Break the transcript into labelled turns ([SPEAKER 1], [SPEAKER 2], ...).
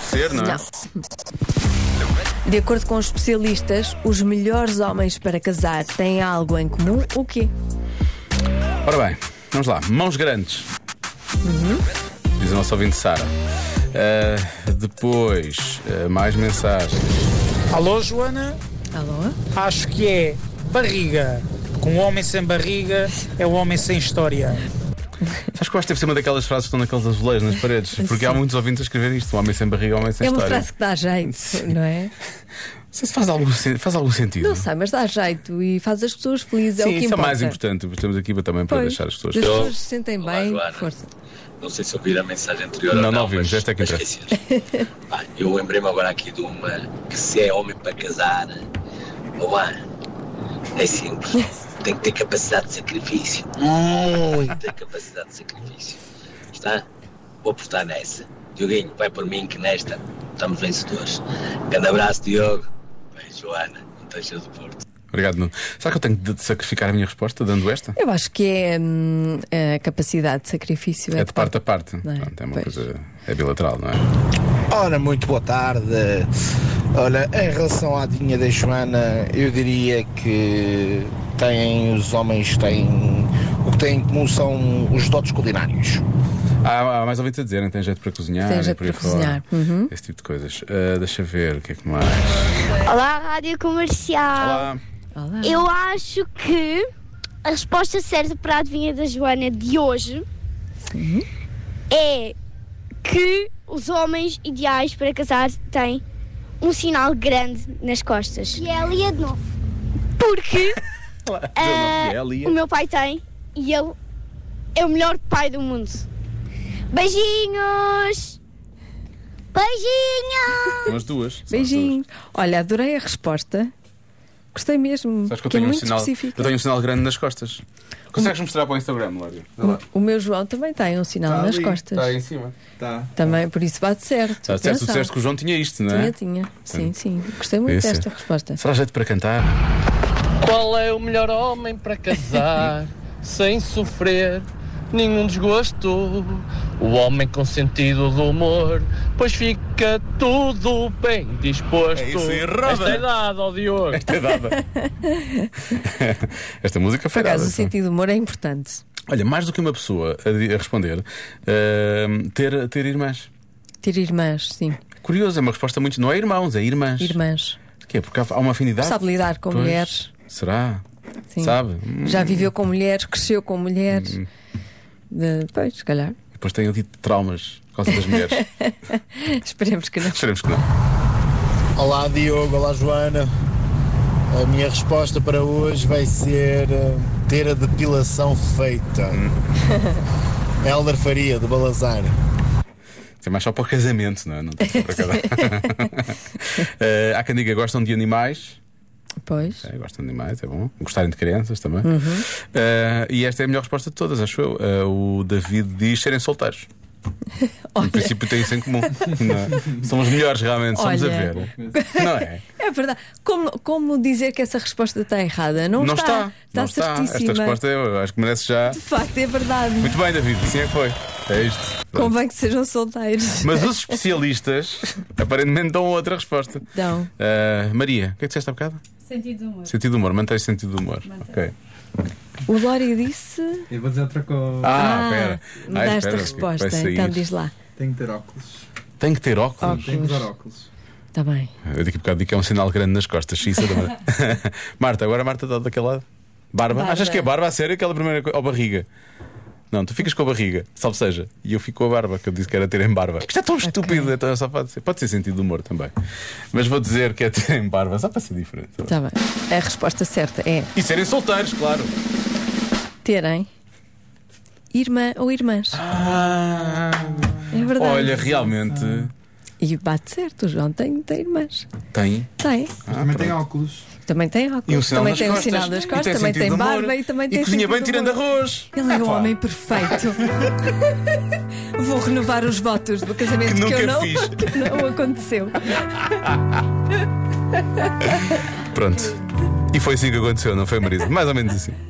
[SPEAKER 1] ser, não é?
[SPEAKER 2] Não. De acordo com os especialistas, os melhores homens para casar têm algo em comum, o quê?
[SPEAKER 1] Ora bem, vamos lá. Mãos grandes.
[SPEAKER 2] Uhum.
[SPEAKER 1] Diz o nosso ouvinte Sara. Ah, depois, ah, mais mensagens.
[SPEAKER 3] Alô, Joana?
[SPEAKER 2] Alô?
[SPEAKER 3] Acho que é barriga. Com um homem sem barriga é um homem sem história.
[SPEAKER 1] Acho que eu acho que deve ser uma daquelas frases que estão naqueles azulejos nas paredes, porque há muitos ouvintes a escrever isto: um homem sem barriga, um homem sem
[SPEAKER 2] É uma
[SPEAKER 1] história.
[SPEAKER 2] frase que dá jeito, não é?
[SPEAKER 1] Não sei se faz algum, sen- faz algum sentido. é?
[SPEAKER 2] Não sei, mas dá jeito e faz as pessoas felizes, é o
[SPEAKER 1] Sim,
[SPEAKER 2] que
[SPEAKER 1] isso é
[SPEAKER 2] importa.
[SPEAKER 1] mais importante. Estamos aqui para- também para
[SPEAKER 2] Pois,
[SPEAKER 1] deixar as pessoas.
[SPEAKER 2] As
[SPEAKER 4] Eu-
[SPEAKER 2] pessoas se sentem
[SPEAKER 4] Olá,
[SPEAKER 2] bem,
[SPEAKER 4] Joana.
[SPEAKER 2] força.
[SPEAKER 4] Não sei se ouviram a mensagem anterior
[SPEAKER 1] Não,
[SPEAKER 4] ou não.
[SPEAKER 1] não ouvimos,
[SPEAKER 4] mas-
[SPEAKER 1] esta é que
[SPEAKER 4] mas
[SPEAKER 1] interessa.
[SPEAKER 4] esqueci. Pá, eu lembrei-me agora aqui de uma que se é homem para casar, ou há, é simples. Tem que ter capacidade de sacrifício. Muita capacidade de sacrifício. Está? Vou apostar nessa. Dioguinho, vai por mim que nesta estamos vencedores. Grande abraço, Diogo. Bem, Joana, não deixas do Porto.
[SPEAKER 1] Obrigado, Nuno. Será que eu tenho de sacrificar a minha resposta dando esta?
[SPEAKER 2] Eu acho que é hum, a capacidade de sacrifício.
[SPEAKER 1] É de parte a parte.
[SPEAKER 2] Não é?
[SPEAKER 1] Pronto, é uma
[SPEAKER 2] Pois.
[SPEAKER 1] coisa. É bilateral, não é?
[SPEAKER 5] Ora, muito boa tarde. Olha, em relação à dinha da Joana, eu diria que têm, os homens têm. O que têm em comum são os dotes culinários.
[SPEAKER 1] Há, há mais ouvintes a dizerem que tem jeito para cozinhar
[SPEAKER 2] Tem
[SPEAKER 1] e
[SPEAKER 2] jeito
[SPEAKER 1] por aí
[SPEAKER 2] para
[SPEAKER 1] fora.
[SPEAKER 2] cozinhar. Uhum.
[SPEAKER 1] Esse tipo de coisas. Ah, deixa ver o que é que mais.
[SPEAKER 6] Olá, Rádio Comercial.
[SPEAKER 1] Olá.
[SPEAKER 2] Olá.
[SPEAKER 6] Eu acho que a resposta certa para a adivinha da Joana de hoje é que os homens ideais para casar têm um sinal grande nas costas. E ela ia de novo. Porque ah,
[SPEAKER 1] é ali.
[SPEAKER 6] o meu pai tem e ele é o melhor pai do mundo. Beijinhos! Beijinhos!
[SPEAKER 1] São as duas. São as duas.
[SPEAKER 2] Beijinhos. Olha, adorei a resposta. Gostei mesmo.
[SPEAKER 1] Sabes que eu
[SPEAKER 2] é
[SPEAKER 1] tenho, um
[SPEAKER 2] muito
[SPEAKER 1] sinal,
[SPEAKER 2] específico.
[SPEAKER 1] eu tenho um sinal grande nas costas. Consegues mostrar para o Instagram, Lório? Vê lá.
[SPEAKER 2] O meu João também tem um sinal nas costas.
[SPEAKER 1] Está Tá aí em cima. Está.
[SPEAKER 2] Também, por isso bate certo.
[SPEAKER 1] Tu disseste, tu
[SPEAKER 2] Atenção.
[SPEAKER 1] disseste que o João tinha isto, não é?
[SPEAKER 2] Tinha, tinha. Sim, sim. Gostei muito
[SPEAKER 1] Isso.
[SPEAKER 2] desta resposta.
[SPEAKER 1] Será jeito para cantar?
[SPEAKER 7] Qual é o melhor homem para casar sem sofrer nenhum desgosto? O homem com sentido do humor, pois fica tudo bem disposto.
[SPEAKER 1] É isso aí, roda.
[SPEAKER 7] Esta idade, ó Diogo.
[SPEAKER 1] Esta é dada. Esta música
[SPEAKER 2] Por
[SPEAKER 1] foi dada.
[SPEAKER 2] acaso, o sentido do humor é importante.
[SPEAKER 1] Olha, mais do que uma pessoa a, di- a responder, ahm, ter, ter irmãs.
[SPEAKER 2] Ter irmãs, sim.
[SPEAKER 1] Curioso, é uma resposta muito. Não é irmãos, é irmãs.
[SPEAKER 2] Irmãs.
[SPEAKER 1] Porquê? Porque há há uma afinidade.
[SPEAKER 2] Sabe lidar com
[SPEAKER 1] Pois.
[SPEAKER 2] mulheres.
[SPEAKER 1] Será?
[SPEAKER 2] Sim.
[SPEAKER 1] Sabe? Hum.
[SPEAKER 2] Já viveu com mulheres, cresceu com mulheres. De- Pois, se calhar.
[SPEAKER 1] Depois tem ali traumas por causa das mulheres.
[SPEAKER 2] Esperemos que não.
[SPEAKER 1] Esperemos que não.
[SPEAKER 8] Olá Diogo, olá Joana. A minha resposta para hoje vai ser eh, ter a depilação feita. Helder Faria, de Balazar.
[SPEAKER 1] Isso é mais só para o casamento, não é? Não tem que ser para casar. Ah, há quem diga gostam de animais.
[SPEAKER 2] Pois.
[SPEAKER 1] É, gostam de animais, é bom. Gostarem de crianças também.
[SPEAKER 2] Uhum.
[SPEAKER 1] Ah, e esta é a melhor resposta de todas, acho eu. Ah, o David diz serem solteiros. No princípio tem isso em comum. não é? Somos melhores realmente, somos
[SPEAKER 2] Olha.
[SPEAKER 1] a ver. Não é?
[SPEAKER 2] É verdade. Como, como dizer que essa resposta está errada? Não,
[SPEAKER 1] não está.
[SPEAKER 2] Está
[SPEAKER 1] não está. Esta
[SPEAKER 2] certíssima.
[SPEAKER 1] resposta eu acho que merece já.
[SPEAKER 2] De facto, é verdade.
[SPEAKER 1] Muito bem, David, assim é que foi. É isto.
[SPEAKER 2] Convém que sejam solteiros.
[SPEAKER 1] Mas os especialistas aparentemente dão outra resposta.
[SPEAKER 2] Dão.
[SPEAKER 1] Ah, Maria, o que é que disseste há bocado?
[SPEAKER 9] Sentido do humor.
[SPEAKER 1] Sentido de humor, mantém sentido de humor. Ok.
[SPEAKER 2] O Lori disse.
[SPEAKER 10] Eu vou dizer outra coisa.
[SPEAKER 1] Ah, espera.
[SPEAKER 2] me
[SPEAKER 1] Ah, espera,
[SPEAKER 2] dá esta
[SPEAKER 1] que vai
[SPEAKER 2] resposta.
[SPEAKER 1] sair.
[SPEAKER 2] Então diz lá.
[SPEAKER 10] Tenho que ter óculos.
[SPEAKER 1] Tem que ter óculos.
[SPEAKER 2] Óculos.
[SPEAKER 10] Tenho que usar óculos.
[SPEAKER 2] Está bem.
[SPEAKER 1] Eu daqui a bocado digo que é um sinal grande nas costas. Sim, isso é da Mar- Marta, agora a Marta está daquele lado. Barba.
[SPEAKER 2] Barba.
[SPEAKER 1] Achas que é barba a sério? Aquela primeira coisa. Ou barriga? Não, tu ficas com a barriga, salve seja. E eu fico com a barba, que eu disse que era ter em barba. Isto é tão estúpido, então só pode ser. Pode ser sentido de humor também. Mas vou dizer que é ter em barba, só para ser diferente.
[SPEAKER 2] Está Tá bem. A resposta certa é
[SPEAKER 1] E serem solteiros, claro.
[SPEAKER 2] terem irmã ou irmãs. É verdade.
[SPEAKER 1] Olha, realmente
[SPEAKER 2] E bate certo, o João tem, tem irmãs.
[SPEAKER 1] tem.
[SPEAKER 2] Tem.
[SPEAKER 1] Ah,
[SPEAKER 10] Mas também tenho óculos.
[SPEAKER 2] Também tem óculos.
[SPEAKER 1] E um sinal
[SPEAKER 2] também
[SPEAKER 1] nas
[SPEAKER 2] tem
[SPEAKER 1] costas.
[SPEAKER 2] um sinal das
[SPEAKER 1] E
[SPEAKER 2] costas, também
[SPEAKER 1] sentido
[SPEAKER 2] tem
[SPEAKER 1] de humor.
[SPEAKER 2] barba e também tem.
[SPEAKER 1] cozinha
[SPEAKER 2] sentido
[SPEAKER 1] bem
[SPEAKER 2] de
[SPEAKER 1] tirando
[SPEAKER 2] humor.
[SPEAKER 1] arroz.
[SPEAKER 2] Ele é um
[SPEAKER 1] Epá,
[SPEAKER 2] homem perfeito. Vou renovar os votos do casamento
[SPEAKER 1] Que
[SPEAKER 2] que,
[SPEAKER 1] nunca
[SPEAKER 2] eu não,
[SPEAKER 1] fiz.
[SPEAKER 2] que não aconteceu.
[SPEAKER 1] Pronto. E foi assim que aconteceu, não foi, Marisa? Mais ou menos assim.